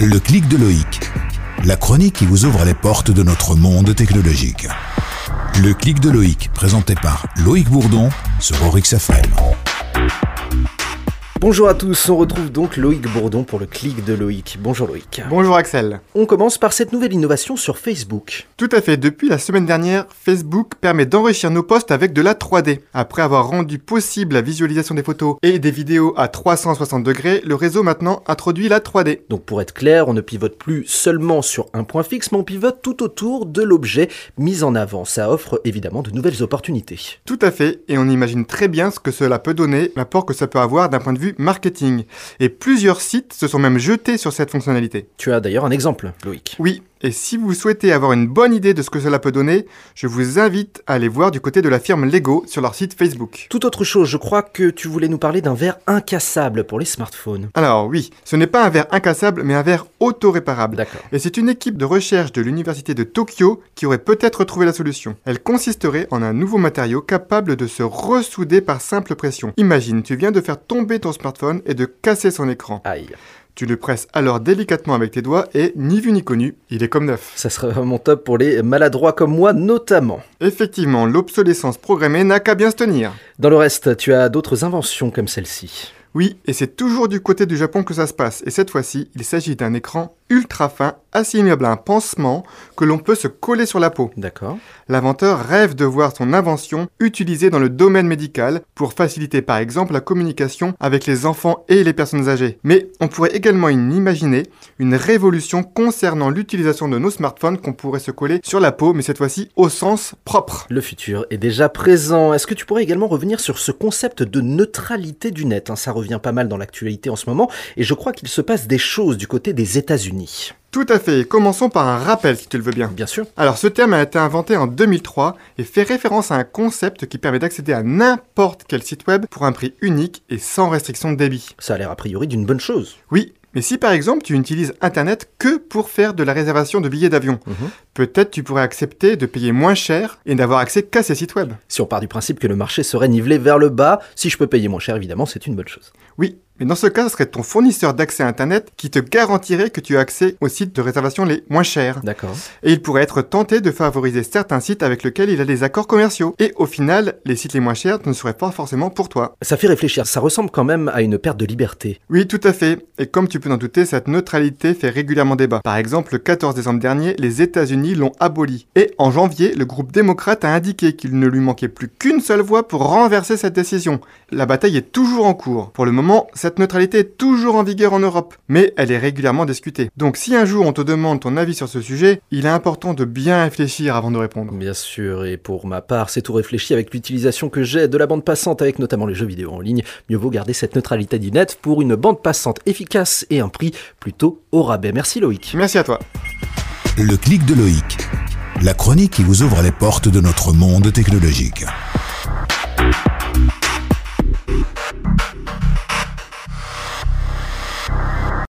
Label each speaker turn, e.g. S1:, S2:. S1: Le clic de Loïc. La chronique qui vous ouvre les portes de notre monde technologique. Le clic de Loïc, présenté par Loïc Bourdon sur Orix FM.
S2: Bonjour à tous, on retrouve donc Loïc Bourdon pour le clic de Loïc. Bonjour Loïc.
S3: Bonjour Axel.
S2: On commence par cette nouvelle innovation sur Facebook.
S3: Tout à fait, depuis la semaine dernière, Facebook permet d'enrichir nos posts avec de la 3D. Après avoir rendu possible la visualisation des photos et des vidéos à 360 degrés, le réseau maintenant introduit la 3D.
S2: Donc pour être clair, on ne pivote plus seulement sur un point fixe, mais on pivote tout autour de l'objet mis en avant. Ça offre évidemment de nouvelles opportunités.
S3: Tout à fait, et on imagine très bien ce que cela peut donner, l'apport que ça peut avoir d'un point de vue marketing. Et plusieurs sites se sont même jetés sur cette fonctionnalité.
S2: Tu as d'ailleurs un exemple, Loïc.
S3: Oui, et si vous souhaitez avoir une bonne idée de ce que cela peut donner, je vous invite à aller voir du côté de la firme Lego sur leur site Facebook.
S2: Tout autre chose, je crois que tu voulais nous parler d'un verre incassable pour les smartphones.
S3: Alors oui, ce n'est pas un verre incassable, mais un verre autoréparable.
S2: D'accord.
S3: Et c'est une équipe de recherche de l'université de Tokyo qui aurait peut-être trouvé la solution. Elle consisterait en un nouveau matériau capable de se ressouder par simple pression. Imagine, tu viens de faire tomber ton smartphone et de casser son écran.
S2: Aïe,
S3: Tu le presses alors délicatement avec tes doigts et, ni vu ni connu, il est comme neuf.
S2: ça serait vraiment top pour les maladroits comme moi notamment.
S3: Effectivement, l'obsolescence programmée n'a qu'à bien se tenir.
S2: Dans le reste, tu as d'autres inventions comme celle-ci.
S3: Oui, et c'est toujours du côté du Japon que ça se passe, et cette fois-ci, il s'agit d'un écran ultra fin, assimilable à un pansement, que l'on peut se coller sur la peau.
S2: D'accord.
S3: L'inventeur rêve de voir son invention utilisée dans le domaine médical, pour faciliter par exemple la communication avec les enfants et les personnes âgées. Mais on pourrait également y imaginer une révolution concernant l'utilisation de nos smartphones qu'on pourrait se coller sur la peau, mais cette fois-ci au sens propre.
S2: Le futur est déjà présent. Est-ce que tu pourrais également revenir sur ce concept de neutralité du net hein, Ça revient pas mal dans l'actualité en ce moment et je crois qu'il se passe des choses du côté des États-Unis.
S3: Tout à fait, commençons par un rappel si tu le veux bien.
S2: Bien sûr.
S3: Alors ce terme a été inventé en 2003 et fait référence à un concept qui permet d'accéder à n'importe quel site web pour un prix unique et sans restriction de débit.
S2: Ça a l'air a priori d'une bonne chose.
S3: Oui, mais si par exemple tu n'utilises Internet que pour faire de la réservation de billets d'avion,
S2: Mhm.
S3: peut-être tu pourrais accepter de payer moins cher et n'avoir accès qu'à ces sites web.
S2: Si on part du principe que le marché serait nivelé vers le bas, si je peux payer moins cher évidemment, c'est une bonne chose.
S3: Oui, mais dans ce cas, ce serait ton fournisseur d'accès à Internet qui te garantirait que tu as accès aux sites de réservation les moins chers.
S2: D'accord.
S3: Et il pourrait être tenté de favoriser certains sites avec lesquels il a des accords commerciaux. Et au final, les sites les moins chers ne seraient pas forcément pour toi.
S2: Ça fait réfléchir, ça ressemble quand même à une perte de liberté.
S3: Oui, tout à fait. Et comme tu peux t'en douter, cette neutralité fait régulièrement débat. Par exemple, le 14 décembre dernier, les États-Unis l'ont abolie. Et en janvier, le groupe démocrate a indiqué qu'il ne lui manquait plus qu'une seule voix pour renverser cette décision. La bataille est toujours en cours. Pour le moment, cette neutralité est toujours en vigueur en Europe, mais elle est régulièrement discutée. Donc si un jour on te demande ton avis sur ce sujet, il est important de bien réfléchir avant de répondre.
S2: Bien sûr, et pour ma part, c'est tout réfléchi avec l'utilisation que j'ai de la bande passante avec notamment les jeux vidéo en ligne. Mieux vaut garder cette neutralité du net pour une bande passante efficace et un prix plutôt au rabais. Merci Loïc.
S3: Merci à toi.
S1: Le clic de Loïc. La chronique qui vous ouvre les portes de notre monde technologique.